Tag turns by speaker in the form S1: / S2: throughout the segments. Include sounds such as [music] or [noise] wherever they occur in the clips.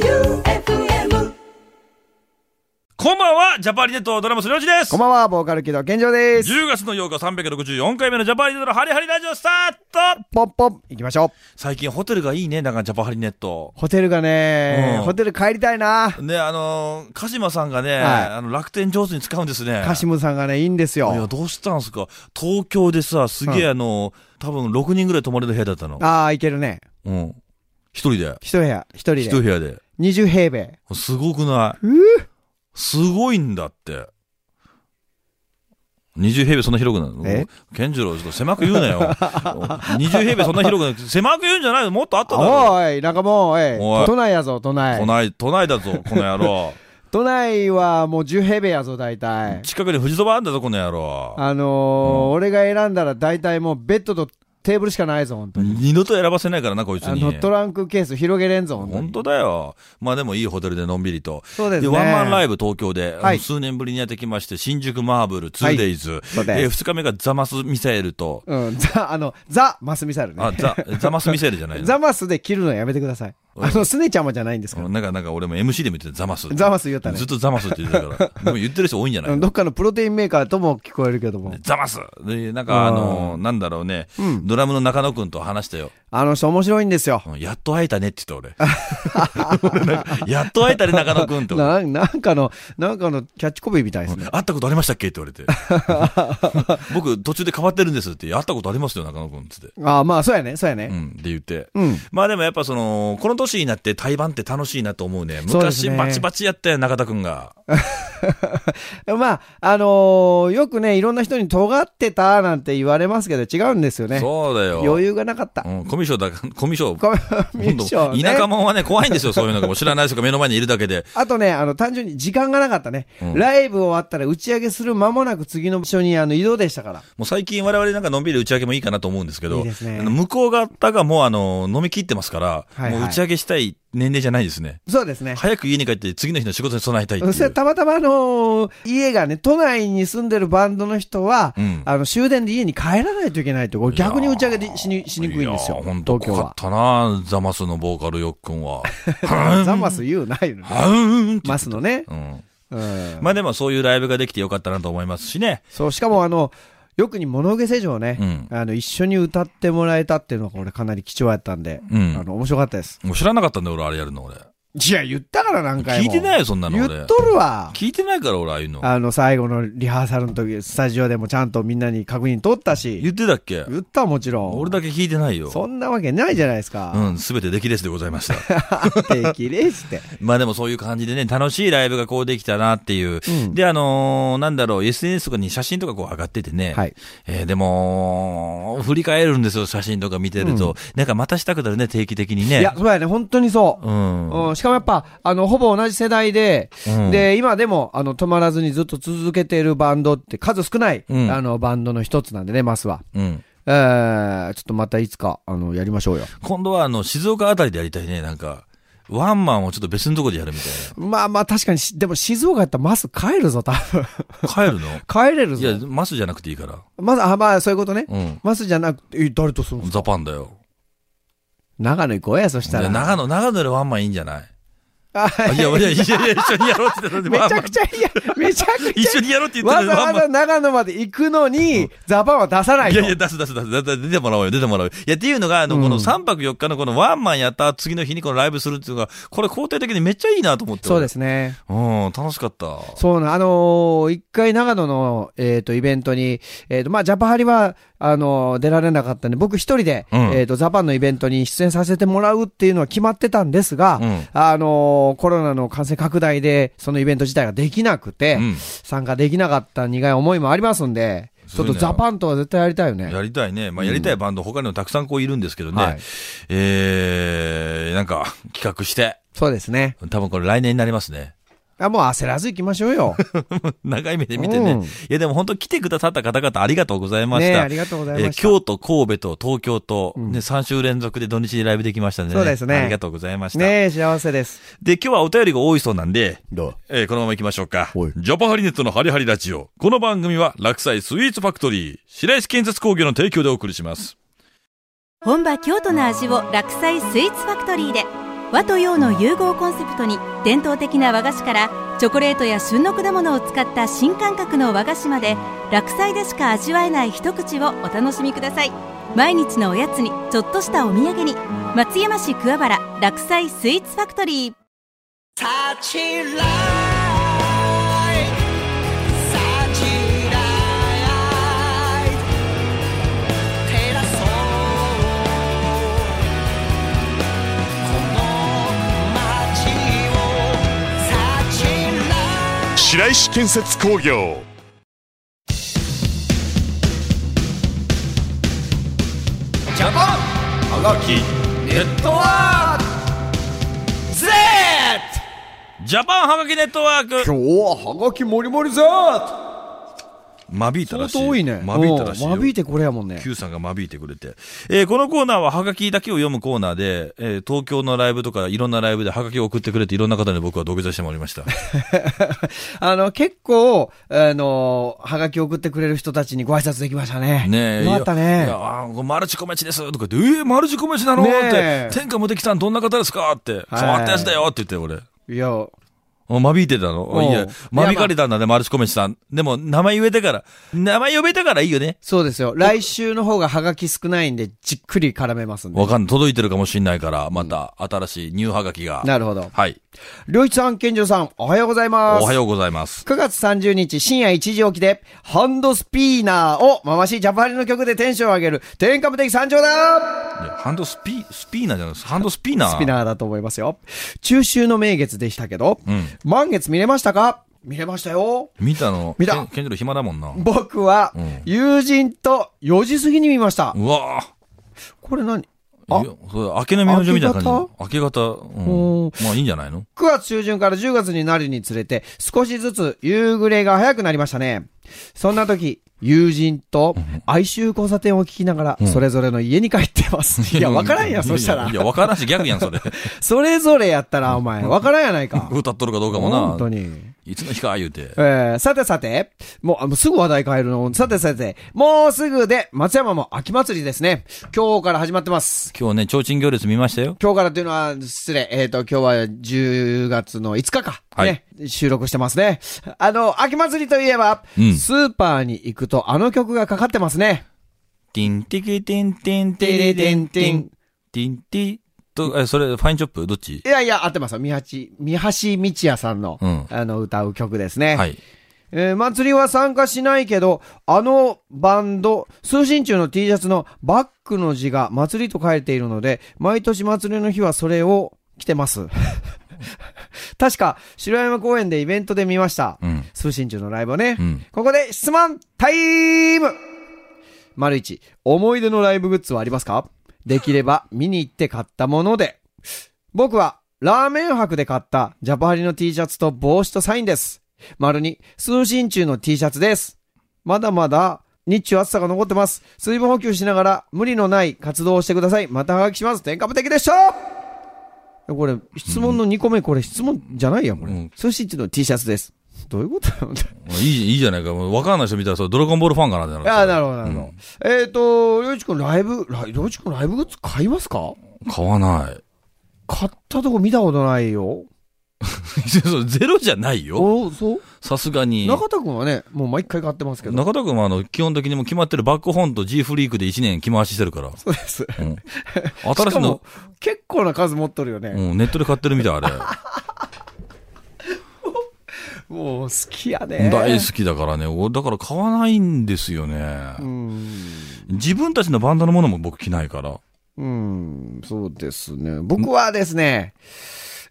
S1: J-O-E-U-F-M
S2: こんばんは、ジャパリネットドラマスりょうちです。
S3: こんばんは、ボーカルキド、健常です。
S2: 10月の8日364回目のジャパリネットのハリハリラジオスタート
S3: ポッポッ、行きましょう。
S2: 最近ホテルがいいね、だからジャパハリネット。
S3: ホテルがね、
S2: うん
S3: ホテル帰りたいな。
S2: ね、あのー、鹿島さんがね、
S3: はい
S2: あの、楽天上手に使うんですね。
S3: カシムさんがね、いいんです
S2: いや、
S3: よ。
S2: どうしたんすか東京でさ、すげえ
S3: うん
S2: あのー、多分6人ぐらい泊まれる部屋だったの。
S3: ああ、いけるね。
S2: うん。一人で。
S3: 一部屋、一人
S2: 一
S3: で。
S2: 部屋で。
S3: 20平米。
S2: すごくないうすごいんだって。20平米そんな広くなる
S3: え
S2: の健次郎、ちょっと狭く言うな
S3: [laughs]
S2: よ。20平米そんな広くない。狭く言うんじゃないのもっとあっただろ。
S3: おい、なんかもう、え
S2: おい
S3: 都内やぞ、都内
S2: 都。内、都内だぞ、この野郎。
S3: 都内はもう10平米やぞ、大体。
S2: 近くに富士そばあんだぞ、この野郎。
S3: あのー俺が選んだら大体もうベッドとテーブルしかないぞ、本当に。
S2: 二度と選ばせないからな、こいつ
S3: あ
S2: に
S3: の、。トランクケース広げれんぞ、本当
S2: 本
S3: に。
S2: 当だよ。まあでもいいホテルでのんびりと。
S3: そうですね。
S2: ワンマンライ
S3: ブ。
S2: ブ東京で、あの
S3: はい
S2: 数年ぶりにやってきまして、新宿マーブル 2days、
S3: そうです
S2: えー二日目がザマスミサイルと、
S3: うん、ザ、あの、ザ・マスミサイルね
S2: あ、。ザ、ザマスミサイルじゃないの
S3: ザマスで切るのやめてください。あの、スネちゃんもじゃないんですから。
S2: なんか、なんか俺も MC で見てたザマス。
S3: ザマス言ったね
S2: ずっ。とザマスって言ってたから。でも言ってる人多いんじゃな
S3: う
S2: い
S3: んどっかのプロテインメーカーとも聞こえるけども。
S2: ザマスで、なんかあの、なんだろうね、ドラムの中野くんと話したよ。
S3: あの人面白いんですよ。
S2: うんやっと会えたねって言った俺。 [laughs] 俺なんかやっと会えたね中野くんって俺。
S3: な [laughs] なんかの、なんかのキャッチコピーみたいですね。
S2: 会ったことありましたっけって言われて。 [laughs] 僕途中で変わってるんですって。会ったことありますよ中野くんってって。
S3: ああ、まあ、そうやね、そうや
S2: う
S3: ね。
S2: ん、って言って。
S3: うん。
S2: まあでもやっぱその、この年になって対バンって楽しいなと思うね。
S3: そうです
S2: 昔
S3: ね
S2: バチバチやったよ、中田くんが。
S3: まあ、あのーよくね、いろんな人に尖ってたなんて言われますけど、違うんですよね。
S2: そうだよ。
S3: 余裕がなかった。
S2: うん、コミュ障だか、コミュ障。
S3: コミ
S2: 本
S3: ュ
S2: 当
S3: 障ね
S2: 田舎者はね、怖いんですよ、そういうのが。もう知らない人が目の前にいるだけで。
S3: あとね、あの、単純に時間がなかったね。
S2: うん
S3: ライブ終わったら打ち上げする間もなく次の場所にあの移動でしたから。
S2: もう最近我々なんかのんびり打ち上げもいいかなと思うんですけど、
S3: いいですね
S2: あの向こう方がもうあの、飲み切ってますから、
S3: はいはい
S2: もう打ち上げしたい年齢じゃないですね。
S3: そうですね。
S2: 早く家に帰って次の日の仕事に備えたいってい
S3: そしたら
S2: う。
S3: たまたまあのー家がね、都内に住んでるバンドの人は、
S2: うん
S3: あの、終電で家に帰らないといけないと、これ逆に打ち上げでしにしにくいんですよ。
S2: 本当
S3: 東
S2: 怖
S3: 京
S2: かっ
S3: は。
S2: たなザマスのボーカルよっくん
S3: [laughs]
S2: は。
S3: ザマス言うないのね。
S2: はーんって
S3: マスのね。
S2: うん。
S3: うん。
S2: まあでもそういうライブができてよかったなと思いますしね。
S3: そう、しかもあの、よくに物憂げ聖女をね、
S2: うん
S3: あの、一緒に歌ってもらえたっていうのが俺かなり貴重やったんで、
S2: うん
S3: あの、面白かったです。
S2: もう知らなかったんだよ、俺あれやるの俺。
S3: いや、言ったから何回
S2: 聞
S3: も。
S2: いてないよ、そんなの俺。
S3: 言っとるわ。
S2: 聞いてないから俺ああいうの。
S3: あの、最後のリハーサルの時、スタジオでもちゃんとみんなに確認取ったし、
S2: 言ってたっけ
S3: 言ったもちろん。
S2: 俺だけ聞いてないよ。
S3: そんなわけないじゃないですか。 [laughs]
S2: うん、すべて出来レースでございました。 [laughs]
S3: 定期レースって。
S2: まあでもそういう感じでね、楽しいライブがこうできたなっていう。で、あのーなんだろう、SNS とかに写真とかこう上がっててね。
S3: はい
S2: えーでも、振り返るんですよ、写真とか見てると。なんかまたしたくなるね、定期的にね。
S3: いや、そうやね、本当にそうう。
S2: ん。
S3: うん、しかもやっぱ、あの、ほぼ同じ世代で、
S2: うん
S3: で、今でも、あの、止まらずにずっと続けているバンドって数少ない、
S2: うん
S3: あの、バンドの一つなんでね、マスは。
S2: うん。
S3: えー、ちょっとまたいつか、あの、やりましょうよ。
S2: 今度はあの、静岡あたりでやりたいね、なんか。ワンマンをちょっと別のとこでやるみたい
S3: まあまあ、確かにし、でも静岡やったらマス帰るぞ、多分。 [laughs]
S2: な。帰るの
S3: 帰れる
S2: いや
S3: ぞ。、
S2: マスじゃなくていいから。
S3: まず、あ、まあ、そういうことね。
S2: うん。
S3: マスじゃなくて、え誰とするの
S2: ザパンだよ。
S3: 長野行こうや、そし
S2: いや
S3: たら。
S2: 長野、長野でワンマンいいんじゃない
S3: [laughs] あ
S2: あいや、いや、いや、いや一緒にやろうって言ったのに、
S3: [laughs] め
S2: ワン
S3: ち
S2: マ
S3: ゃ
S2: ン
S3: く。ちゃいや、めちゃくちゃ
S2: 一緒にやろうって言った
S3: わ
S2: のに、
S3: ざ
S2: ワ
S3: わ
S2: ンマン
S3: ざ。長野まで行くのに、ザパンは出さない
S2: い
S3: と。
S2: やいや、出す出す出す。だだ出てもらおうよ、出てもらおうよ。いや、っていうのが、あの、
S3: うん
S2: この3泊4日のこのワンマンやった次の日にこのライブするっていうのが、これ肯定的にめっちゃいいなと思って。。
S3: そうですすね。
S2: うん、楽しかった。
S3: そうな、あのー一回長野の、えっ、と、イベントに、えっ、と、まあ、ジャパハリは、あのー出られなかったんで、僕一人で、
S2: うん
S3: えっ、と、ザパンのイベントに出演させてもらうっていうのは決まってたんですが、
S2: うん
S3: あのーコロナの感染拡大で、そのイベント自体ができなくて、
S2: うん
S3: 参加できなかった苦い思いもありますんで、ちょっとザパンとは絶対やりたいよね。
S2: やりたいね。まあ、やりたいバンド、他にもたくさんこういるんですけどね。
S3: はい
S2: えー、なんか、企画して。
S3: そうですね。
S2: 多分これ来年になりますね。 [laughs]
S3: あもう焦らず行きましょうよ。
S2: 長い目 [laughs] で見てね。
S3: うん
S2: いや、でも本当来てくださった方々ありがとうございまし
S3: ね
S2: た。
S3: ありがとうござい
S2: え
S3: ま
S2: ー
S3: した。
S2: 京都、神戸と東京と、ね、3週連続で土日にライブできましたんでね。
S3: そうですね
S2: ありがとうございました。
S3: ねえ、幸せです。
S2: で、今日はお便りが多いそうなんで、
S3: どう
S2: えーこのまま行きましょうか
S3: はい。
S2: ジャパハリネットのハリハリラジオ。この番組は、落栽スイーツファクトリー、白石建設工業の提供でお送りします。
S4: 本場京都の味を落菜スイーツファクトリーで和と洋の融合コンセプトに伝統的な和菓子からチョコレートや旬の果物を使った新感覚の和菓子まで落菜でしか味わえない一口をお楽しみください毎日のおやつにちょっとしたお土産に松山市桑原落菜スイーツファクトリー
S1: 立ちらいさちらい照らそうこの街をさちらい
S5: 白石建設工業
S2: ジャパンはがきネットワーク Z ジャパンはがきネットワーク
S3: 今日はハガキモリモリさ
S2: 間引いた
S3: 相
S2: らしい
S3: 当多いね。
S2: 間引いたらしいよ
S3: うん間引いてこれやもんね。
S2: Q さんが間引いてくれて。えーこのコーナーはハガキだけを読むコーナーで、えー東京のライブとかいろんなライブでハガキを送ってくれていろんな方に僕は土下座してもらいました。
S3: [laughs] あの、結構、あの、ハガキ送ってくれる人たちにご挨拶できました [laughs] ね。
S2: ねえ。
S3: よかった
S2: いや
S3: ね
S2: い。や、あーマルチコメチですとか言って、えー、マルチコメチなの、
S3: ねえ
S2: って、天下無敵さんどんな方ですかって、変わったやつだよって言って俺。
S3: いや、
S2: あ間引いてたのい
S3: ん
S2: や、間引かれたんだね、マルチコメチさん。でも、名前言えたから、名前呼べたからいいよね。
S3: そうですよ。来週の方がハガキ少ないんで、じっくり絡めますんで
S2: わ。かんない。届いてるかもしんないから、また、新しいニューハガキが。
S3: なるほど。
S2: はい。
S3: りょういちさん、健二郎さん、おはようございます。
S2: おはようございます。
S3: 9月30日深夜1時起きで、ハンドスピーナーを回し、ジャパハリの曲でテンションを上げる、天下無敵参上だ
S2: いやハンドスピ、スピーナーじゃないです。ハンドスピーナー。
S3: スピナーだと思いますよ。中秋の名月でしたけど、
S2: ん
S3: 満月見れましたか見れましたよ。
S2: 見たの。
S3: 見た
S2: ケンケンジロー暇だもんな。
S3: 僕は
S2: ん、
S3: 友人と4時過ぎに見ました。
S2: うわぁ。
S3: これ何あ
S2: あそれ明けの明星みたいな感じ。明け方
S3: ほ
S2: うん。まあいいんじゃないの
S3: ?9 月中旬から10月になるにつれて、少しずつ夕暮れが早くなりましたね。そんな時、友人と哀愁交差点を聞きながら、それぞれの家に帰ってます。いや、わからんやん、そしたら
S2: い。や、わからんし、ギャグやん、それ。。
S3: それぞれやったら、お前、わからんやないか
S2: 歌っとるかどうかもな。
S3: 本当に。
S2: いつの日か、言うて。
S3: えー、さてさて、もうあ、もうすぐ話題変えるの。さてさて、もうすぐで、松山も秋祭りですね。今日から始まってます。
S2: 今日ね、提灯行列見ましたよ。
S3: 今日からというのは、失礼。えっ、と、今日は10月の5日か。
S2: はい
S3: ね。収録してますね。あの、秋祭りといえば、
S2: うん
S3: スーパーに行くとあの曲がかかってますね。
S2: ティンティキティンティンティレティンティン。ティンティと、え、それ、ファインチョップどっち
S3: いやいや、合ってますよ。三橋、三橋道也さんの、
S2: うん
S3: あの、歌う曲ですね。
S2: はい。
S3: えー祭りは参加しないけど、あのバンド、通信中の T シャツのバックの字が祭りと書いているので、毎年祭りの日はそれを着てます。 [laughs] 確か、城山公園でイベントで見ました。
S2: うん。
S3: 通信中のライブをね。
S2: うん
S3: ここで質問タイム丸一、思い出のライブグッズはありますかでき
S2: [laughs]
S3: れば見に行って買ったもので。僕は、ラーメン博で買ったジャパハリの T シャツと帽子とサインです。丸二、通信中の T シャツです。まだまだ、日中暑さが残ってます。水分補給しながら、無理のない活動をしてください。またはがきします。天下無敵でしたこれ、質問の2個目、これ質問じゃないやん、これ。
S2: うん
S3: 通信中の T シャツです。どういうことなんだ
S2: いい、いいじゃないか。もうわかんない人見たら、そう、ドラゴンボールファンかなってなる。
S3: ああ、なるほど、なるほど。えっ、と、りょういちくんライブ、ライりょういちくんライブグッズ買いますか
S2: 買わない。
S3: 買ったとこ見たことないよ。
S2: そうゼロじゃないよ。
S3: おそう
S2: さすがに。
S3: 中田くんはね、もう毎回買ってますけ [laughs] ど。
S2: 中田君はあの、基本的にもう決まってるバックホーンと G フリークで1年着回ししてるから。
S3: そうです。
S2: うん、新しい
S3: しかも
S2: の、
S3: 結構な数持っとるよね。
S2: うん、ネットで買ってるみたい、あれ。
S3: [laughs] もう好きやね。
S2: 大好きだからね。おだから買わないんですよね。自分たちのバンドのものも僕着ないから。
S3: うん、そうですね。僕はですね、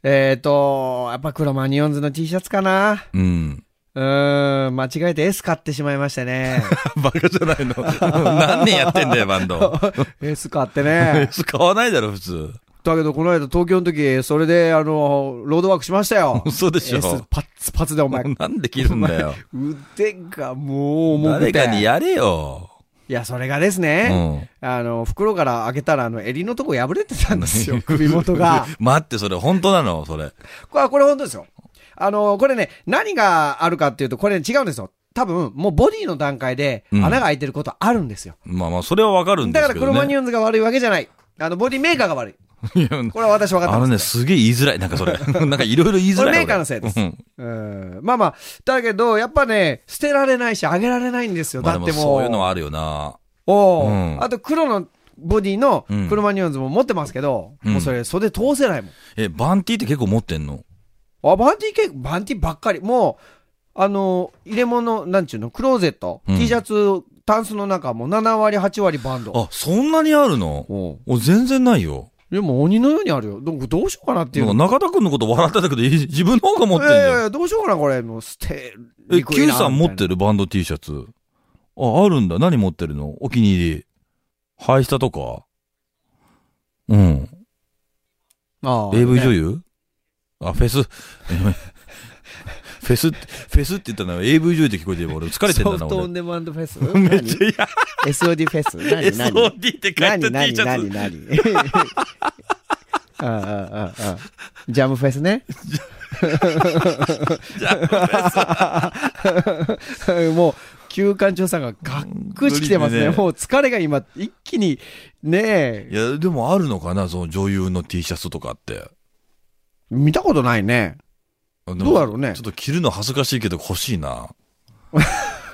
S3: えっ、と、やっぱ黒マニオンズの T シャツかな。 [laughs]
S2: うん。
S3: うーん、間違えて S 買ってしまいまし
S2: [laughs]
S3: てね。
S2: バカじゃないの。 [laughs] 何年やってんだよ、バン
S3: [laughs]
S2: ド。
S3: S 買ってね。
S2: 買わないだろ、普通。。
S3: だけど、この間東京の時、それで、あの、ロードワークしましたよ
S2: 嘘でしょ
S3: S パッツパツで、お前。
S2: なんで着るんだよ。
S3: 腕がもう重く
S2: 誰
S3: て。
S2: かにやれよ。
S3: いや、それがです
S2: う
S3: ね、
S2: ん。
S3: あの、袋から開けたら、あの、襟のとこ破れてたんですよ、首元が。
S2: 待って、それ、本当なのそれ。
S3: これ、これ本当ですよ。あの、これね、何があるかっていうと、これ、違うんですよ。多分、もうボディの段階で
S2: うん
S3: 穴が開いてることあるんですよ。
S2: まあまあ、それはわかるんです
S3: だか
S2: け
S3: ら、
S2: ど、ね。
S3: クロマニオンズが悪いわけじゃない。あの、ボディメーカーが悪い。
S2: [laughs] いや
S3: これは私分かって
S2: あ
S3: ま
S2: の
S3: す。
S2: ね、すげえ言いづらい。なんかそ
S3: [laughs]
S2: れ。なんかいろいろ言いづ
S3: こ
S2: ら
S3: れ
S2: い。
S3: メーカーのせいです。
S2: う
S3: うんん。まあまあ、だけど、やっぱね、捨てられないし、あげられないんですよ。
S2: まあ
S3: だ
S2: でも
S3: ってもう。
S2: そういうのはあるよな。
S3: おお、
S2: うん
S3: あと黒のボディの
S2: うん
S3: 車ニオンズも持ってますけど、
S2: うん
S3: もうそれ袖通せないもん。
S2: え、バンティって結構持ってんの
S3: あ、バンティ系、バンティばっかり。もう、あの、入れ物、なんちゅうの、クローゼット、
S2: うん
S3: T シャツ、タンスの中も7割、8割バンド。
S2: あ、そんなにあるの
S3: おう
S2: お全然ないよ。
S3: でも鬼のようにあるよ。どどうしようかなってい
S2: な
S3: うん
S2: か中田くんのこと笑ってたけど、い自分の方が持ってん
S3: い
S2: じ
S3: やいやい
S2: ゃん。
S3: や、どうしようかな、これ。もう捨て
S2: え、
S3: にくい
S2: Q
S3: な
S2: さん持って
S3: る
S2: るバンド T シャツ。あ、あるんだ。何持ってるのお気に入り。ハイスタとかうん。
S3: ああ
S2: AV 女
S3: 優。
S2: 優あ、フェス。 [laughs] フェスって、フェスって言ったのは AV 女優って聞こえてる俺疲れてん
S3: ソ
S2: だ
S3: フ
S2: な、
S3: トオン
S2: 俺。
S3: デマンドフェス
S2: [laughs] めっちゃ嫌。
S3: 何 ?SOD フェス
S2: [laughs]
S3: 何何
S2: SOD って書いた T シ
S3: 何何
S2: ャツ。
S3: 何何 [laughs] ああああああジャムフェスね。 [laughs] もう、休館長さんががっくし来てますね。
S2: 無理ですね
S3: もう疲れが今、一気に、ね
S2: い
S3: え、
S2: や、でもあるのかな、その女優の T シャツとかって。
S3: 見たことないね。
S2: ど
S3: どうだろうね
S2: ちょっと着るの恥ずかしいけど欲しいな。
S3: [laughs]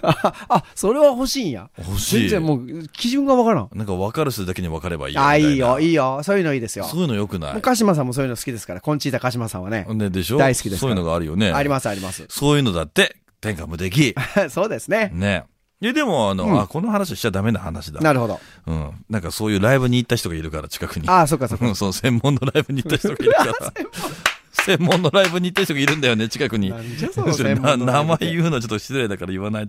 S3: あ、それは欲しいんや。
S2: 欲し
S3: 全
S2: い。
S3: 然もう、基準がわからん。
S2: なんか分かる人だけに分かればいいみ
S3: あ、
S2: たいな。
S3: いいよ、いいよ。そういうのいいですよ。
S2: そういうの良くない
S3: もう鹿島さんもそういうの好きですから、コンチータ鹿島さんはね。
S2: ね、でしょ
S3: 大好きです
S2: そ
S3: か
S2: う
S3: ら
S2: いうのがあるよね。
S3: あります、あります。 [laughs]
S2: そういうのだって、天下無敵。
S3: そうですね。
S2: ね。いや、でも、あの、
S3: うん
S2: あ、この話しちゃダメな話だ。
S3: なるほど。
S2: うん。なんかそういうライブに行った人がいるから、近くに。
S3: ああ、そっかそっか
S2: う。 [laughs] ん、そう、専門のライブに行った人がいる
S3: [laughs]
S2: から。専門のライブに行った人がいるんだよね、近くに。
S3: なんじゃその
S2: ちょっと
S3: 専門のラ
S2: な名
S3: イブっ
S2: 前
S3: て
S2: 言うのはちょっと失礼だから言わない。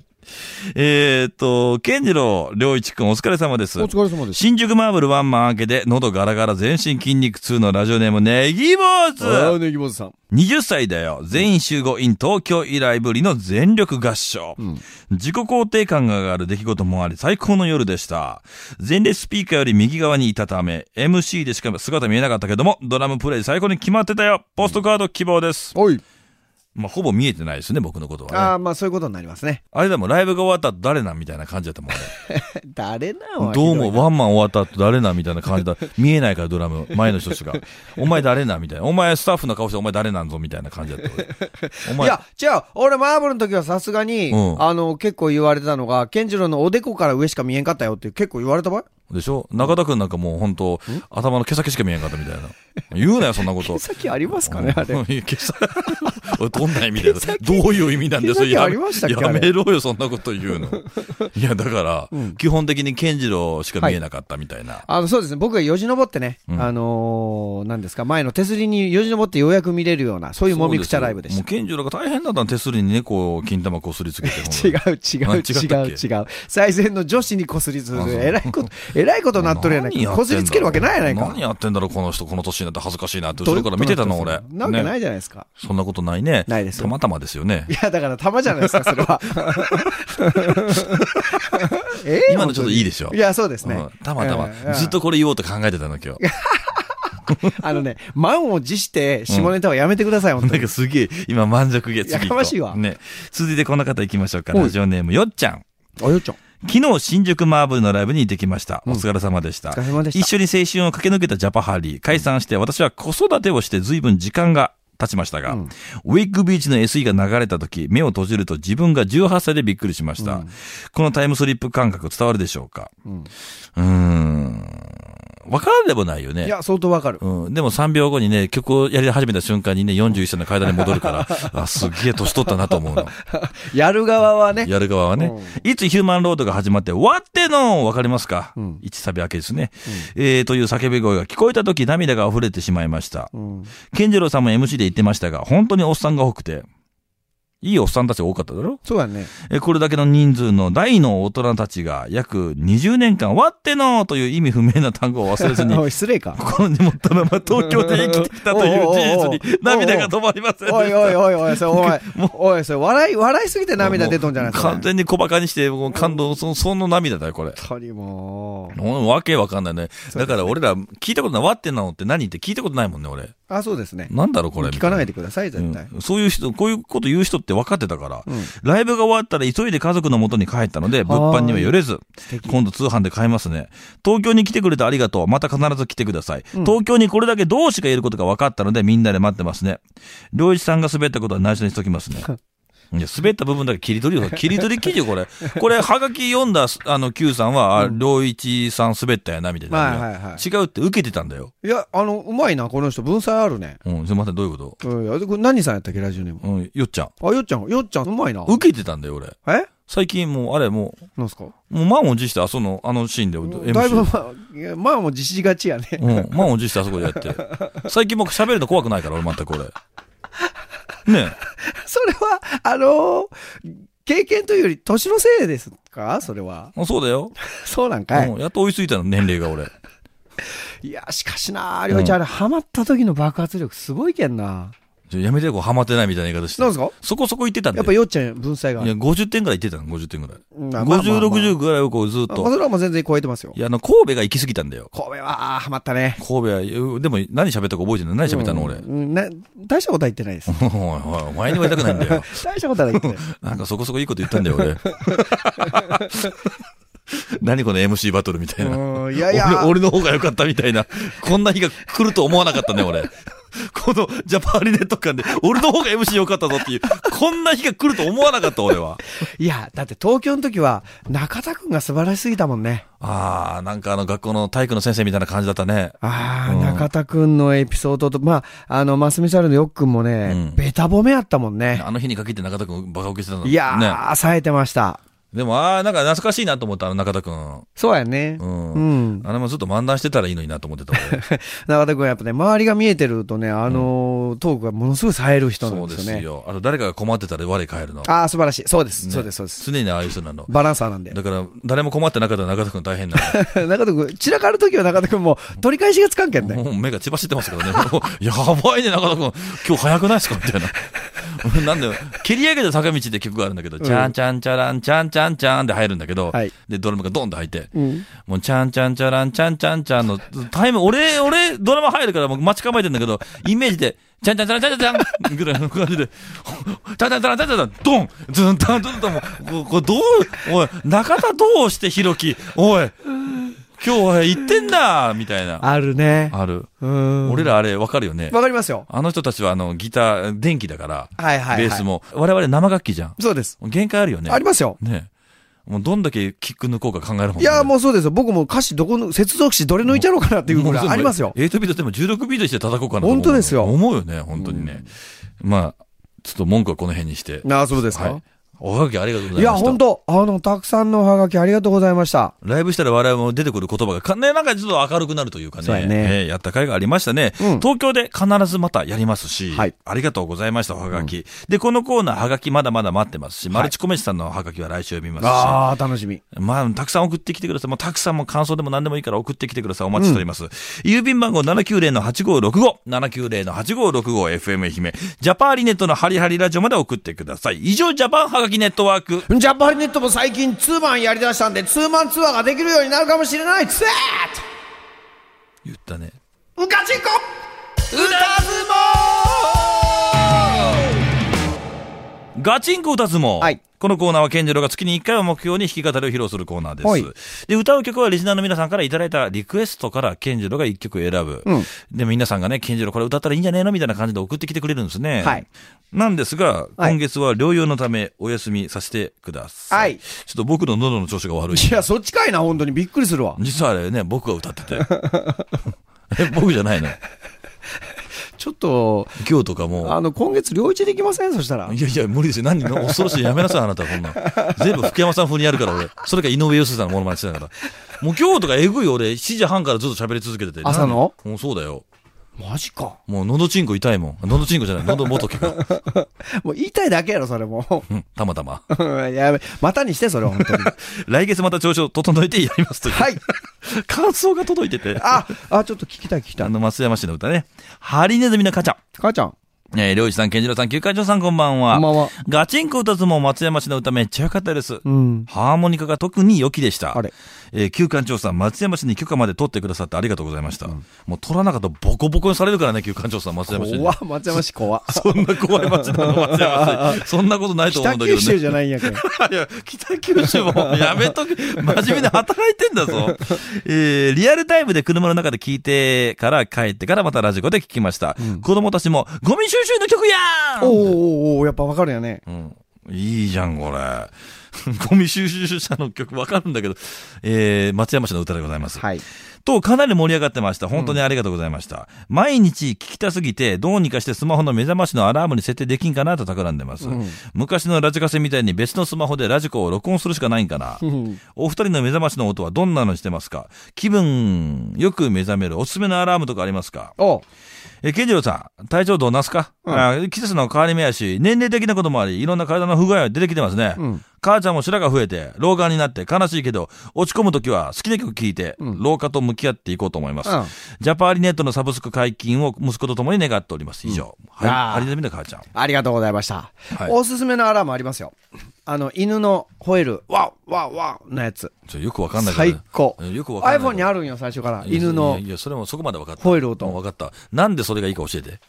S2: えーっと、健次郎良一くんお疲れ様です。
S3: お疲れ様です。
S2: 新宿マーブルワンマン明けで、喉ガラガラ全身筋肉痛のラジオネームネギ坊主
S3: ああ、ネギ坊主さん。
S2: 20歳だよ。全員集合 in 東京以来ぶりの全力合唱。自己肯定感が上がる出来事もあり、最高の夜でした。前列スピーカーより右側にいたため、MC でしか姿見えなかったけども、ドラムプレイ最高に決まってたよ。ポストカード希望です。
S3: おい。
S2: まあ、ほぼ見えてないですね、僕のことは
S3: あ
S2: ね。
S3: あ、まあそういうことになりますね。
S2: あれでもライブが終わった後誰なんみたいな感じだったもんね。
S3: [laughs] 誰なの
S2: どうもワンマン終わった後誰なみたいな感じだ。見えないからドラム、前の人しか。お前誰なみたいな。お前スタッフの顔してお前誰なんぞみたいな感じだった俺。お
S3: い
S2: 前、
S3: や、じゃあ、俺、マーブルの時はさすがに、
S2: うん
S3: あの、結構言われてたのが、ケンジローのおでこから上しか見えんかったよって結構言われた場合
S2: でしょ中田くんなんかもう本当頭の毛先しか見えんかったみたいな。言う [laughs] なよ、そんなこと。
S3: さっきありますかね、あれ。
S2: うんいや毛 [laughs] 先おいどんな意味だよ。どういう意味なんだよ、それ
S3: 毛先
S2: や
S3: あ
S2: め
S3: りましたっけ
S2: やめろよ、そんなこと言うの。いや、だから、基本的に健次郎しか見えなかったみたいな。
S3: あの、そうですね。僕がよじ登ってね、
S2: うん
S3: あのー、なんですか、前の手すりによじ登ってようやく見れるような、そういうもみくちゃライブでし
S2: もう
S3: た。
S2: 健次郎が大変だったの、手すりに猫を金玉こすりつけて。
S3: 違う違
S2: あ
S3: う
S2: 違ったっ
S3: 違う
S2: け
S3: 違う。最前の女子にこすりつ
S2: あそう
S3: けえらいこと、えらいことなっとるやない
S2: 何やっ
S3: か。
S2: てんだろう
S3: こすりつけるわけないやないか。
S2: 何やってんだろう、この人、この年になって恥ずかしいなって、
S3: ど
S2: 後
S3: うい
S2: ろ
S3: うこ
S2: か
S3: と
S2: ら見てたの、
S3: な
S2: 俺
S3: っ。んですかなわけない
S2: ね
S3: じゃないですか。
S2: そんなことないね。
S3: ないですよ
S2: たまたまですよね
S3: い。や、だから玉じゃないですか、それは。えー
S2: 今のちょっといいでしょ
S3: いや、そうですね。
S2: うんたまたま
S3: えー、
S2: ずっ。とこれ言おうと考えてたの、今日。
S3: あのね、満を持して、下ネタはやめてください、本当
S2: なん
S3: に
S2: か。すげえ、今満足げ、
S3: いや
S2: 次行こう
S3: かましいわ
S2: ね。続いてこの方行きましょうか。
S3: おい
S2: ラジオネーム、よっちゃん。
S3: あよちゃん。
S2: 昨日、新宿マーブルのライブに行ってきました。お疲れ様でした。
S3: お疲れ様でした
S2: 一緒に青春を駆け抜けたジャパハリー。解散して、私は子育てをして随分時間が経ちましたが、ウェイクビーチの SE が流れた時、目を閉じると自分が18歳でびっくりしました。このタイムスリップ感覚伝わるでしょうか、うーん。わからんでもないよね。
S3: いや、相当わかる。
S2: うん、でも3秒後にね、曲をやり始めた瞬間にね、41歳の階段に戻る
S3: [laughs]
S2: から、あ、すっげえ年取ったなと思うの。
S3: やる側はね、
S2: やる側はね。いつヒューマンロードが始まって、終わってのわかりますか、一サビ明けですね。えー、という叫び声が聞こえた時涙が溢れてしまいました。健次郎さんも MC で言ってましたが、本当におっさんが多くて、いいおっさんたちが多かっただろ
S3: そうやね。
S2: えーこれだけの人数の大の大人たちが約20年間、わってのという意味不明な単語を忘れずに
S3: [laughs] おい失礼か。
S2: 心に持ったまま東京で生きてきたという事実に涙が止まりませんでした。
S3: おいおいおいおい、それ、おい、おい、それ、笑い、笑いすぎて涙出とんじゃないですか。
S2: 完全に小馬鹿にして、もう感動、その、その涙だよ、これ。
S3: 本当にも
S2: [laughs]
S3: う。
S2: もうわけわかんないね。だから俺ら、聞いたことない、わってなのって何って聞いたことないもんね、俺。
S3: あ、そうですね。
S2: なんだろうこれ。
S3: 聞かないでください、絶対。
S2: うんそういう人、こういうこと言う人って分かってたから、ライブが終わったら急いで家族の元に帰ったので、物販には寄れず、今度通販で買いますね。東京に来てくれてありがとう。また必ず来てください。東京にこれだけ同志がいることが分かったので、みんなで待ってますね。良一さんが滑ったことは内緒にしときます
S3: [laughs]
S2: ね。いや、滑った部分だけ切り取りよ。切り取り記事よ、こ
S3: [laughs]
S2: れ。これ、はがき読んだ、あの、Q さんは、あ良一さん滑ったやな、みたいな。
S3: はいはいはい
S2: 違うって受けてたんだよ。
S3: いや、あの、うまいな、この人。文才あるね。
S2: うん、すいません、どういうこと
S3: うん、あでこれ何さんやったっけ、ラジオネーム。
S2: うん、よっちゃん。
S3: あ、よっちゃん、よっちゃん、うまいな。
S2: 受けてたんだよ、俺。
S3: え
S2: 最近もう、あれ、も
S3: なんすか
S2: う、もう満を持して、あその、あのシーンで、
S3: だいぶ
S2: MC。
S3: まあいや、まあもう実施がちやね。
S2: うん、満を持してあそこでやって。最近僕喋るの怖くないから、俺全くこれ。ね
S3: [laughs] それは、あのー経験というより、年のせいですかそれは。
S2: え。あそうだよ。
S3: そうなんかい。
S2: うん、やっと追いついたの、年齢が俺。
S3: いや、しかしな、りょうちゃん、あれ、ハマった時の爆発力すごいけんな。
S2: ちょやめて、こう、ハマってないみたいな言い方して。
S3: なんすか
S2: そこそこ言ってたんで。
S3: やっぱよっちゃん、文才があ
S2: いや、
S3: る。
S2: 50点ぐらい言ってたの、50点ぐらい。
S3: まあまあまあ
S2: 50、60ぐらいをこう、ずっ
S3: あまあ、
S2: と。
S3: それはもう全然超えてますよ
S2: い。や、あの、神戸が行き過ぎたんだよ。
S3: 神戸は、あーハマったね。
S2: 神戸はいう、でも、何喋ったか覚えてない。何喋ったの、俺。おい [laughs]
S3: うんな、大したことは言ってないです。
S2: おい、お前には言いたくないんだよ。
S3: 大したことは言ってない。
S2: なんかそこそこいいこと言ったんだよ、
S3: [laughs]
S2: 俺。何この MC バトルみたいな。
S3: うんいやいや、
S2: 俺俺の方が良かったみたいな。こんな日が来ると思わなかったね、
S3: [laughs]
S2: 俺。このジャパンリネット間で、俺の方が MC 良かったぞっていう、こんな日が来ると思わなかった、俺は。
S3: いや、だって東京の時は、中田くんが素晴らしすぎたもんね。
S2: あー、なんかあの学校の体育の先生みたいな感じだったね。
S3: ああ、
S2: うん
S3: 中田くんのエピソードと、まあ、あの、マスミサルのよっくんもね、
S2: うん
S3: ベタ褒めやったもんね。
S2: あの日に限って中田くんバカ受けしてたの。
S3: いや
S2: ね。
S3: ー、冴えてました。
S2: でも、あー、なんか懐かしいなと思った、あの中田くん。
S3: そうやね。
S2: う。
S3: うんん。
S2: あれもずっと漫談してたらいいのになと思ってた、
S3: [laughs]
S2: 俺。
S3: 中田くんはやっぱね、周りが見えてるとね、あのートークがものすごい冴える人なん
S2: そう
S3: で
S2: ですす
S3: よね。
S2: よ。あと、誰かが困ってたら我帰るの。
S3: ああ、素晴らしい。そうです。
S2: ね
S3: そうです、そうです。
S2: 常にああいう人なの。
S3: バランサーなんで。
S2: だから、誰も困ってなかったら中田くん大変な
S3: [laughs] 中田くん、散らかるときは中田くんも取り返しがつかんけん
S2: の。
S3: ね。
S2: もう目が血走ってますからね。もうやばいね、中田くん。今日早くないですかみたいな。なんで、蹴り上げた坂道って曲があるんだけど、チャンチャンチャラン、チャンチャンチャンで入るんだけど、
S3: はい
S2: で、ドラムがドンと入って、もうチャンチャンチャラン、チャンチャンチャンのタイム、俺、俺、ドラマ入るからもう待ち構えてんだけど、イメージで、チャンチャンチャラン、チャンチャンチャンぐらいの感じで、チャンチャンチャラン、チャンチャンチャン、ドンズンタン、ズンタン、もう、ここれどう、おい、中田どうして、ひろき、おい、今日は行ってんだみたいな。
S3: あるね。
S2: ある。
S3: うーん。
S2: 俺らあれ、わかるよね。
S3: わかりますよ。
S2: あの人たちはあの、ギター、電気だから、
S3: はいはい、は
S2: ベ
S3: い。
S2: ース。も。我々生楽器じゃん。
S3: そうです。
S2: 限界あるよね。
S3: ありますよ。
S2: ねもうどんだけキック抜こうか考えるもん
S3: いや、もうそうですよ。僕も歌詞どこの、接続詞どれ抜いちゃろうかなっていうぐらいありますよ。
S2: 8ビートでも16ビートして叩こうかなと思う
S3: 本当ですよ
S2: 思うよね、本当にね。まあ、ちょっと文句はこの辺にして。
S3: なあ、そうですか。
S2: はい。おはがきありがとうござ
S3: い
S2: いま
S3: や、
S2: した。
S3: 本当あの、たくさんのおはがきありがとうございました。
S2: ライブしたら我々も出てくる言葉がか、ね、なんかちょっと明るくなるというかね。
S3: そうやね
S2: えーやった甲斐がありましたね、
S3: うん
S2: 東京で必ずまたやりますし。
S3: はい
S2: ありがとうございました、おはがき、で、このコーナー、はがきまだまだ待ってますし、マルチコメンチさんのおはがきは来週読みますし。
S3: ああ、楽しみ。
S2: まあ、たくさん送ってきてください。もうたくさんもう感想でも何でもいいから送ってきてください。お待ちしております。郵便番号790-8565、790-8565、FM 愛媛、ジャパーリネットのハリハリラジオまで送ってください。以上、ジャパンはがきネットワーク。
S3: ジャパリネットも最近ツーマンやりだしたんで、ツーマンツアーができるようになるかもしれないツー
S2: 言ったね。
S3: ッうかちんこ
S2: 歌相撲ガチンコ歌相撲、
S3: はい
S2: このコーナーは健次郎が月に1回を目標に弾き語りを披露するコーナーです、
S3: はい
S2: で歌う曲はリスナーの皆さんからいただいたリクエストから健次郎が1曲選ぶ、で皆さんがね健次郎これ歌ったらいいんじゃねえのみたいな感じで送ってきてくれるんですね、
S3: はい
S2: なんですが
S3: はい
S2: 今月は療養のためお休みさせてください、
S3: はい
S2: ちょっと僕の喉の調子が悪い
S3: いや、そっちかいな、本当に。びっくりするわ。
S2: 実はあれね僕が歌って
S3: [laughs]
S2: てえ僕じゃないの
S3: ちょっと、
S2: 今日とかもう
S3: あの、今月、両一できませんそしたら。
S2: いやいや、無理ですよ。何の恐ろしい。やめなさい、あなた、こんなん。全部福山さん風にやるから、俺。それか井上陽水さんのモノマネしてたから。もう今日とかえぐい俺、7時半からずっと喋り続けてて。
S3: 朝の
S2: 何もうそうだよ。
S3: マジか。
S2: もう喉チンコ痛いもん。喉チンコじゃない。喉元結構。
S3: もう言いたいだけやろ、それも [laughs]
S2: うん、たまたま。
S3: う。やべ、またにして、それ、本当に。
S2: 来月また調子を整えてやりますという。
S3: はい。
S2: [laughs] 感想が届いてて。
S3: あ、あ、ちょっと聞きたい、聞きた
S2: あ
S3: い。
S2: の、松山市の歌ね。ハリネズミのカチャ。
S3: 母ちゃん。
S2: えー、りょうじさん、健次郎さん、休会長さん、こんばんは。
S3: こんばんは
S2: ガチンコ歌相撲松山市の歌めっちゃ良かったです。
S3: うん。
S2: ハーモニカが特に良きでした。
S3: あれ
S2: えー休館長さん、松山市に許可まで取ってくださってありがとうございました。もう取らなかったらボコボコにされるからね、休館長さん、松山市に。
S3: 怖っ松山市怖っ。
S2: そんな怖い町なの、松山
S3: [laughs]
S2: 市。 [laughs] そんなことないと思う
S3: 北
S2: んだけど
S3: 九
S2: ね。
S3: 州じゃないん [laughs] やけど。
S2: いや、北九州もやめとけ。真面目に働いてんだ
S3: [laughs]
S2: ぞ。えー、リアルタイムで車の中で聞いてから帰ってからまたラジコで聞きました。子供たちも、ゴミ収集の曲や
S3: おー
S2: ーん
S3: おーおーやっぱわかるよね。
S2: うん。いいじゃん、これ。 [laughs] ゴミ収集者の曲わかるんだけど、えー、松山市の歌でございます。
S3: はい。
S2: と、かなり盛り上がってました。本当にありがとうございました。毎日聞きたすぎて、どうにかしてスマホの目覚ましのアラームに設定できんかなと企んでます。昔のラジカセみたいに別のスマホでラジコを録音するしかないんかな。お二人の目覚ましの音はどんなのにしてますか気分よく目覚めるおすすめのアラームとかありますか
S3: おう
S2: え、ケンジロウさん、体調どうなすか、あ季節の変わり目やし、年齢的なこともあり、いろんな体の不具合が出てきてますね。母ちゃんも白が増えて、老眼になって悲しいけど、落ち込むときは好きな曲聴いて、老化と向き合っていこうと思います。
S3: うん
S2: ジャパーリネットのサブスク解禁を息子と共に願っております。以上。はい。
S3: あー
S2: ありだみの母ちゃん。
S3: ありがとうございました。
S2: はい
S3: おすすめのアラームありますよ。あの、犬の吠える、ワウワウワウのやつ。
S2: ちょよくわかんないから
S3: 最高。
S2: よくわかんない。
S3: iPhone にあ
S2: る
S3: るんよ、最初から。犬の
S2: いや、いやそれもそこまでわかった。
S3: 吠える音
S2: うんわかった。なんでそれがいいか教えて。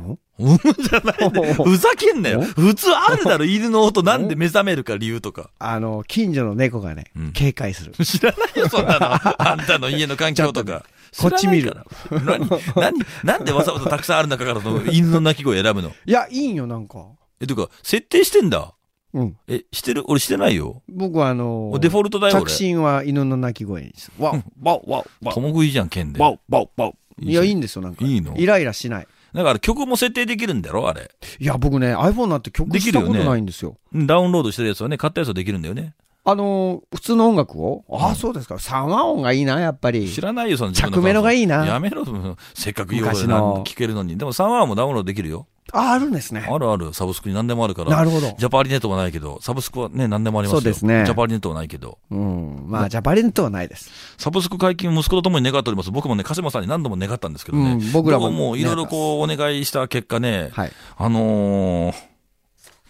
S2: うんじゃないで。ふざけんなよ。普通あるだろ、犬の音なんで目覚めるか理由とか。
S3: [laughs] あの、近所の猫がね、警戒する。
S2: [laughs] 知らないよ、そんな
S3: [laughs]
S2: の。あんたの家の環境とか。
S3: こっち見る
S2: 知らないから。何、何、なんでわざわざたくさんある中からそ
S3: [laughs]
S2: の犬の鳴き声選ぶの
S3: いや、いいんよ、なんか。
S2: え、というか、設定してんだ。
S3: うん。
S2: え、してる俺してないよ。
S3: 僕はあのー
S2: デフォルトだよ俺
S3: 着信は犬の鳴き声にする。ワウ、ワウ、ワウ、ワウ。
S2: 共食いじゃん、剣で。
S3: ワウ、ワウ、ワウ。
S2: いいじゃん
S3: いや、いいんですよ、なんか。
S2: いいの
S3: イライラしない。
S2: だから曲も設定できるんだろ、あれ。
S3: いや、僕ね、iPhone なんて曲
S2: でき
S3: し
S2: る
S3: た
S2: よ
S3: こ
S2: ね
S3: とないんですよ。
S2: ダウンロードしてるやつはね、買ったやつはできるんだよね。
S3: あのー普通の音楽をああ、そうですか。三和音がいいな、やっぱり。
S2: 知らないよ、その自分
S3: 着メロがいいな
S2: やめろ、そのせっかく言うことで
S3: 昔の
S2: 聞けるのに。でも3話もダウンロードできるよ。
S3: あ、あるんですね。
S2: あるある、サブスクに何でもあるから。
S3: なるほど
S2: ジャパーリネットもないけど、サブスクはね、何でもありますよ。
S3: そうですね
S2: ジャパーリネットはないけど。
S3: うん。まあ、ジャパレントはないです。
S2: サブスク解禁を息子と共に願っております。僕もね、鹿島さんに何度も願ったんですけどね。
S3: うん僕らも
S2: どうもいろいろこう、お願いした結果ね、
S3: はい。
S2: あのー、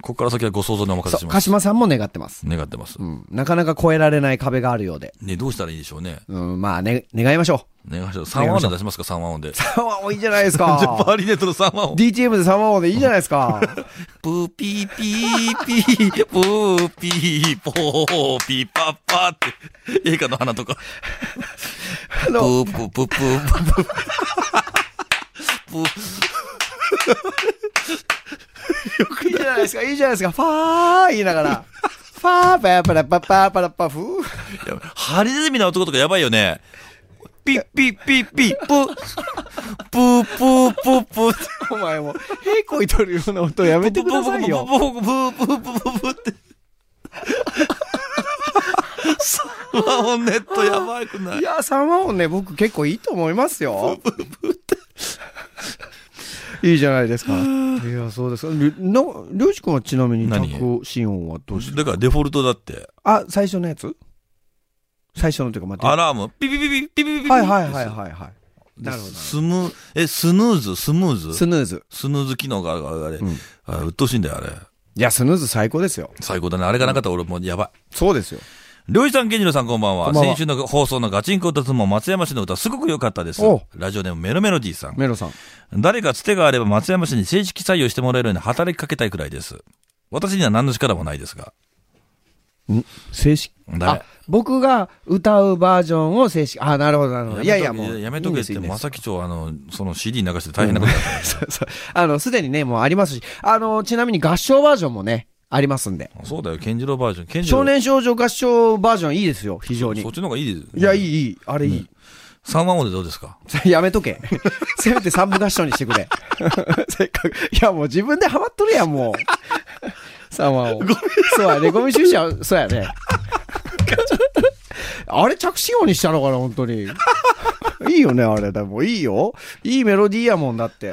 S2: ここから先はご想像にお任せ
S3: そ
S2: し
S3: う、
S2: ま
S3: 鹿
S2: す。
S3: 島さんも願ってます。
S2: 願ってます
S3: う。ん。なかなか越えられない壁があるようで。
S2: ね、どうしたらいいでしょうね。
S3: うん、まあ、ね、願いましょ
S2: 願いします。3話で出しますか、3話
S3: [laughs]
S2: で。ジ
S3: う。三和音いいじゃないですか。
S2: ャパーリネットの3話を。
S3: DTM で三和音でいいじゃないです
S2: [laughs]
S3: か。
S2: プーピーピーピー、プーピーポーピーパッパーって、映画の花とか。
S3: あ
S2: プ
S3: の、
S2: ープープープープープー。プー
S3: いいじゃないですか、いいじゃないですか。ファー言いながら。ファーパラパラパパパラパ
S2: い
S3: フー。
S2: やハリネズミの男とかやばいよね。ピッピッピッピッ、プー、プープープープー。
S3: [laughs] お前も、へいこいとるような音やめてくださいよ。
S2: ブブブブブブブブブブって。サマホネットやばくない
S3: いや、三和音ね、僕結構いいと思いますよ。いいじゃないですか。いや、そうですか。りな、りょうじくんはちなみに
S2: 何
S3: 着信音はどうして
S2: だからデフォルトだって。
S3: あ、最初のやつ最初のというか、待
S2: ア
S3: っ
S2: ラーム、ピピピピピピピピ
S3: て。はいはいはいはいはい。
S2: で
S3: なるほど。
S2: スムえ、スヌーズ、スムーズ
S3: スヌーズ。
S2: スヌーズ機能があるあれ、
S3: ん
S2: あうっとうしいんだよ、あれ。
S3: いや、スヌーズ最高ですよ。
S2: 最高だね。あれがなかったら俺もうやばい。
S3: そうですよ。
S2: りょうじさん、けんじろうさん、こんばんは。
S3: こんばんは
S2: 先週の放送のガチンコ歌つも松山市の歌、すごく良かったです
S3: おう。
S2: ラジオネームメロメロディーさん。
S3: メロさん。
S2: 誰かつてがあれば松山市に正式採用してもらえるように働きかけたいくらいです。私には何の力もないですが。
S3: 正式。
S2: ダメ
S3: あ、僕が歌うバージョンを正式。あ、なるほど、なるほど。いやいや、もう。
S2: やめとけって、
S3: いいんですいいんで
S2: ますさき町、あの、その CD 流して大変なことだったんですよ
S3: [laughs] そうそう。あの、すでにね、もうありますし、あの、ちなみに合唱バージョンもね、ありますんで。
S2: そうだよ、健次郎バージョン。健次郎
S3: 少年少女合唱バージョンいいですよ、非常に。
S2: そっ
S3: い
S2: ちの方がいいです。
S3: や、いい、いい。あれいい。
S2: 3万音でどうですか
S3: やめ
S2: [laughs]
S3: とけ。せめて三部合唱にしてくれ。せっかく。いや、もう自分でハマっとるやん、もう。三話を。そうやね、ゴミ収集は、そうやね。あれ着信音にしたのかな、本当に。いいよね、あれ。でもいいよ。いいメロディーやもんだって。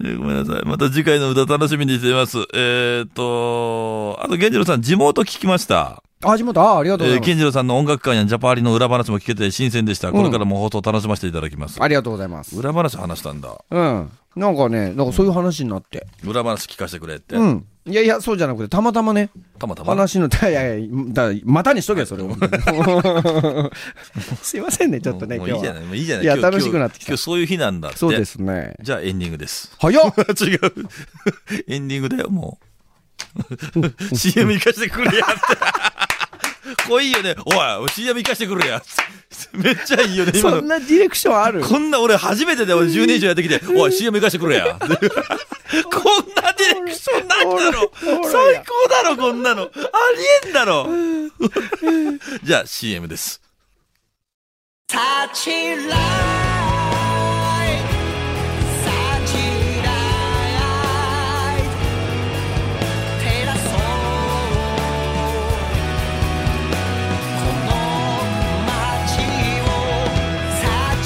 S2: えーごめんなさい。また次回の歌楽しみにしています。えーっと、あと、健次郎さん、地元聞きました。
S3: あ、地元、ああ、ありが
S2: え
S3: とうござい
S2: ー
S3: ます。
S2: 健次郎さんの音楽会やジャパーリの裏話も聞けて新鮮でした。これからも放送楽しませていただきます。
S3: ありがとうございます。
S2: 裏話話したんだ。
S3: うん。なんかね、なんかそういう話になって。
S2: 裏話聞かせてくれって。
S3: うん。いやいや、そうじゃなくて、たまたまね、
S2: たまたま。
S3: 話の、い [laughs] やいやいや、だまたにしとけよ、それを。 [laughs] すいませんね、ちょっとね、
S2: も
S3: 今
S2: う
S3: 日
S2: もういいじゃな
S3: は。
S2: い、もういいじゃない。
S3: いや
S2: 今日
S3: 楽しくなってき
S2: 今
S3: た
S2: 日今日そういう日なんだって。
S3: そうで。すね。
S2: じゃあエンディングです。 [laughs]
S3: 早っ
S2: 違う。エンディングだよ、も [laughs] う。CM 行かしてく
S3: [laughs]
S2: れやって。来いよね。おい、CM 行かしてくれやって。めっちゃいいよね、今
S3: そ
S2: の
S3: ん。なディレクションある
S2: こんな俺初めてで俺10年以上やってきて、おい CM 行かしてくれ
S3: [laughs]
S2: や。こんなディレクションないだろ。最高だろ、こんなの。ありえんだろ。じゃあ CM です。
S1: 立ちらい立ちらい照らそうこの街を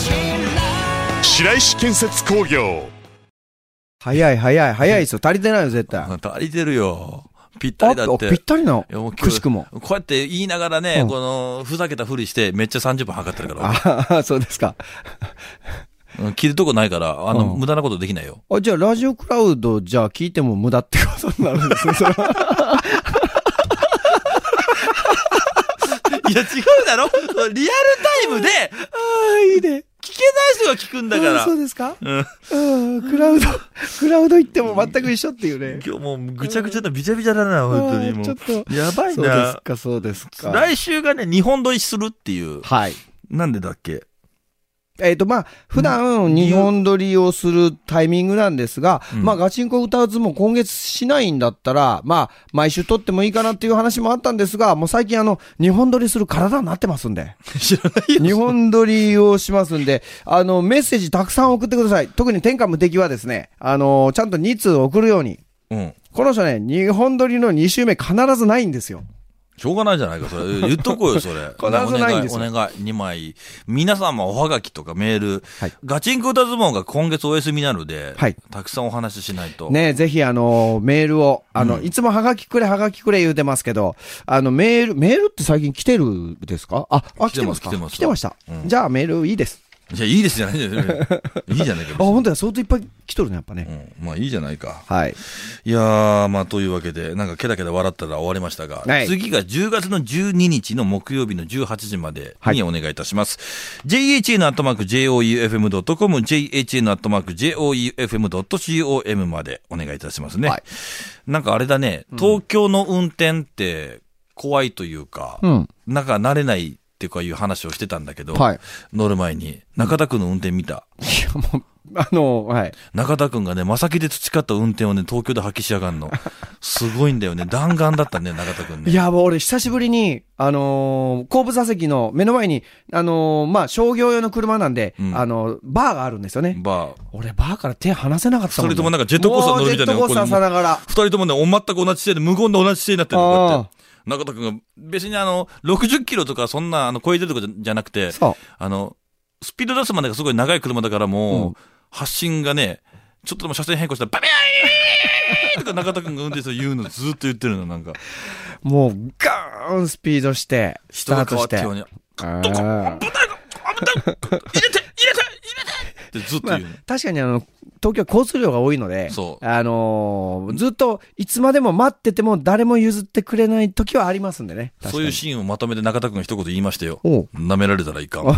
S1: 立ちらい
S5: 白石建設工業
S3: 早い早い早いですよ。足りてないよ、絶対。あ
S2: 足りてるよ。ぴったりだっ
S3: あ
S2: て。
S3: ぴったりない
S2: やもう。今日
S3: くしくも。
S2: こうやって言いながらね、
S3: うん
S2: この、ふざけたふりして、めっちゃ30分測ってるから
S3: ああ、そうですか。
S2: うん。切るとこないから、あの、
S3: うん
S2: 無駄なことできないよ。
S3: あ、じゃあ、ラジオクラウド、じゃあ聞いても無駄ってことになるんですね、そ
S2: [laughs]
S3: れは。
S2: いや、違うだろリアルタイムで、
S3: ああ、いいね。
S2: 聞けない人が聞くんだか
S3: あ
S2: ら
S3: そう。ですか
S2: うん
S3: うん、クラウド、クラウド行っても全く一緒っていうね。
S2: 今日もうぐちゃぐちゃだ、びちゃびちゃだな、本当にも
S3: あーちょっ
S2: う。やばい
S3: そうです
S2: な。
S3: か、そうですか。
S2: 来週がね、日本撮りするっていう。
S3: はい。
S2: なんでだっけ
S3: えっ、と、まあ、普段、日本撮りをするタイミングなんですが、まあ、ガチンコ歌わずも今月しないんだったら、まあ、毎週撮ってもいいかなっていう話もあったんですが、もう最近あの、日本撮りする体になってますんで。
S2: 知らないよ。
S3: 日本撮りをしますんで、あの、メッセージたくさん送ってください。特に天下無敵はですね、あの、ちゃんと2通送るように。
S2: うん。
S3: この人ね、日本撮りの2週目必ずないんですよ。
S2: しょうがないじゃないか、そ
S3: [laughs]
S2: れ。言っとこうよ、それ。
S3: 必ずないんです
S2: お
S3: よ
S2: 願い、お願い、2枚。皆様、おはがきとかメール。
S3: はい
S2: ガチンコ歌相撲が今月お休みなので、
S3: はい
S2: たくさんお話ししないと。。
S3: ね、ぜひあの、メールを、あの、いつもハガキくれ、ハガキくれ言うてますけど、あの、メール、メールって最近来てるですかあ、あ、
S2: 来
S3: 来
S2: て
S3: て
S2: ま
S3: ますすか
S2: 来てます
S3: 来てました
S2: う。ん
S3: じゃあメールいいです。
S2: いや、いいですじゃないじゃない。いいじゃないか。別に
S3: あ、 [laughs] 本当だ、相当いっぱい来とるね、やっぱね。
S2: うん、まあいいじゃないか。
S3: はい。
S2: いやー、まあというわけで、なんかケラケラ笑ったら終わりましたが、
S3: はい
S2: 次が10月の12日の木曜日の18時まで
S3: はい
S2: にお願いいたします。jhn アットマーク joufm.com、jhn アットマーク joufm.com までお願いいたしますね。
S3: はい
S2: なんかあれだね、東京の運転って怖いというか、
S3: うん。
S2: なんか慣れないっていうかいう話をしてたんだけど、
S3: はい。
S2: 乗る前に中田くんの運転見た。
S3: あの、はい。
S2: 中田くんがね、まさきで培った運転をね、東京で発揮しやがん
S3: [laughs]
S2: の。すごいんだよね。弾丸だったね、中田くんね。
S3: いや、もう俺久しぶりに、あのー後部座席の目の前に、あのーまあ、商業用の車なんで、
S2: うん
S3: あのーバーがあるんですよね。
S2: ばあ、
S3: 俺、バーから手離せなかった
S2: それ
S3: もん、ね、
S2: ともなんかジェットコースター乗るみたいな
S3: もうジェットコースターさながら。
S2: 二人ともね、お全く同じ姿勢で、無言で同じ姿勢になってるの、こうやっ
S3: あ
S2: て。中田くんが、別にあの、60キロとか、そんな、あの、超えてるとかじゃじゃなくて、
S3: そう。
S2: あの、スピード出すまでがすごい長い車だからもう、発進がね、ちょっとでも車線変更したら、バビャーンとか中田くんが運転手言うのずっと言ってるの、なんか。
S3: もう、ガーンスピードして、ス
S2: 人
S3: タ
S2: が
S3: ー
S2: 変
S3: ト
S2: わっ
S3: してて。
S2: ように、
S3: あ
S2: どこ危ない
S3: ー
S2: 危ない入れて入れて入れてってずっと
S3: ま
S2: 言
S3: あ
S2: うの。
S3: 確かにあの、東京は交通量が多いので、
S2: そう
S3: あのーずっといつまでも待ってても誰も譲ってくれない時はありますんでね。
S2: そういうシーンをまとめて中田君が一言言いましたよ。
S3: おう
S2: 舐められたらいかん。
S3: い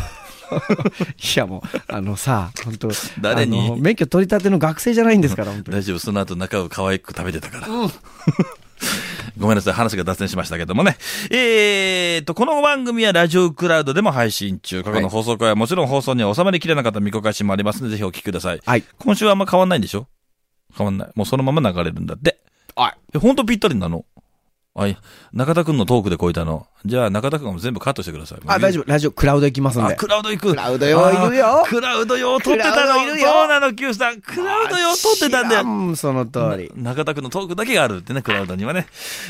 S3: やもう、あのさ、本当
S2: 誰に
S3: あの免許取り立ての学生じゃないんですから、本当に。
S2: 大丈夫、その後中を可愛く食べてたから。 [laughs] ごめんなさい、話が脱線しましたけどもね。えーと、この番組はラジオクラウドでも配信中。過去の放送回はもちろん放送には収まりきれなかった未公開シーンもありますので、ぜひお聞きください。
S3: はい。
S2: 今週はあんま変わんないんでしょ変わんない。もうそのまま流れるんだって。
S3: はい。
S2: え、ほんとぴったりなのはい。中田くんのトークで超えたの。じゃあ中田くんも全部カットしてください。
S3: あ、大丈夫。ラジオ、クラウド行きますん
S2: あ、
S3: で。
S2: クラウド行く。ク
S3: ラウド用いるよ
S2: クラウド用撮ってた
S3: クラウ
S2: の。
S3: ドいるよ
S2: そうなの、Q さん。クラウド用撮ってたんだ
S3: あ知
S2: よ。
S3: らんその通り。
S2: 中田くんのトークだけがあるってね、クラウドにはね。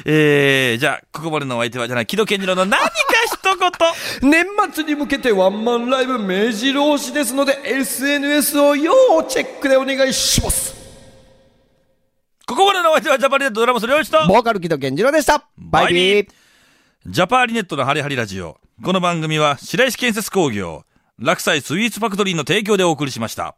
S2: えー、じゃあ、ここまでのお相手はじゃない、木戸健二郎の何か一言。
S3: 年末に向けてワンマンライブ目白押しですので、SNS を要チェックでお願いします。
S2: ここまでのお相手はジャパリでドラムス両一と。
S3: ボーカル木戸健次郎でした。バイビー。
S2: ジャパーリネットのハリハリラジオ。この番組は白石建設工業、落西スイーツファクトリーの提供でお送りしました。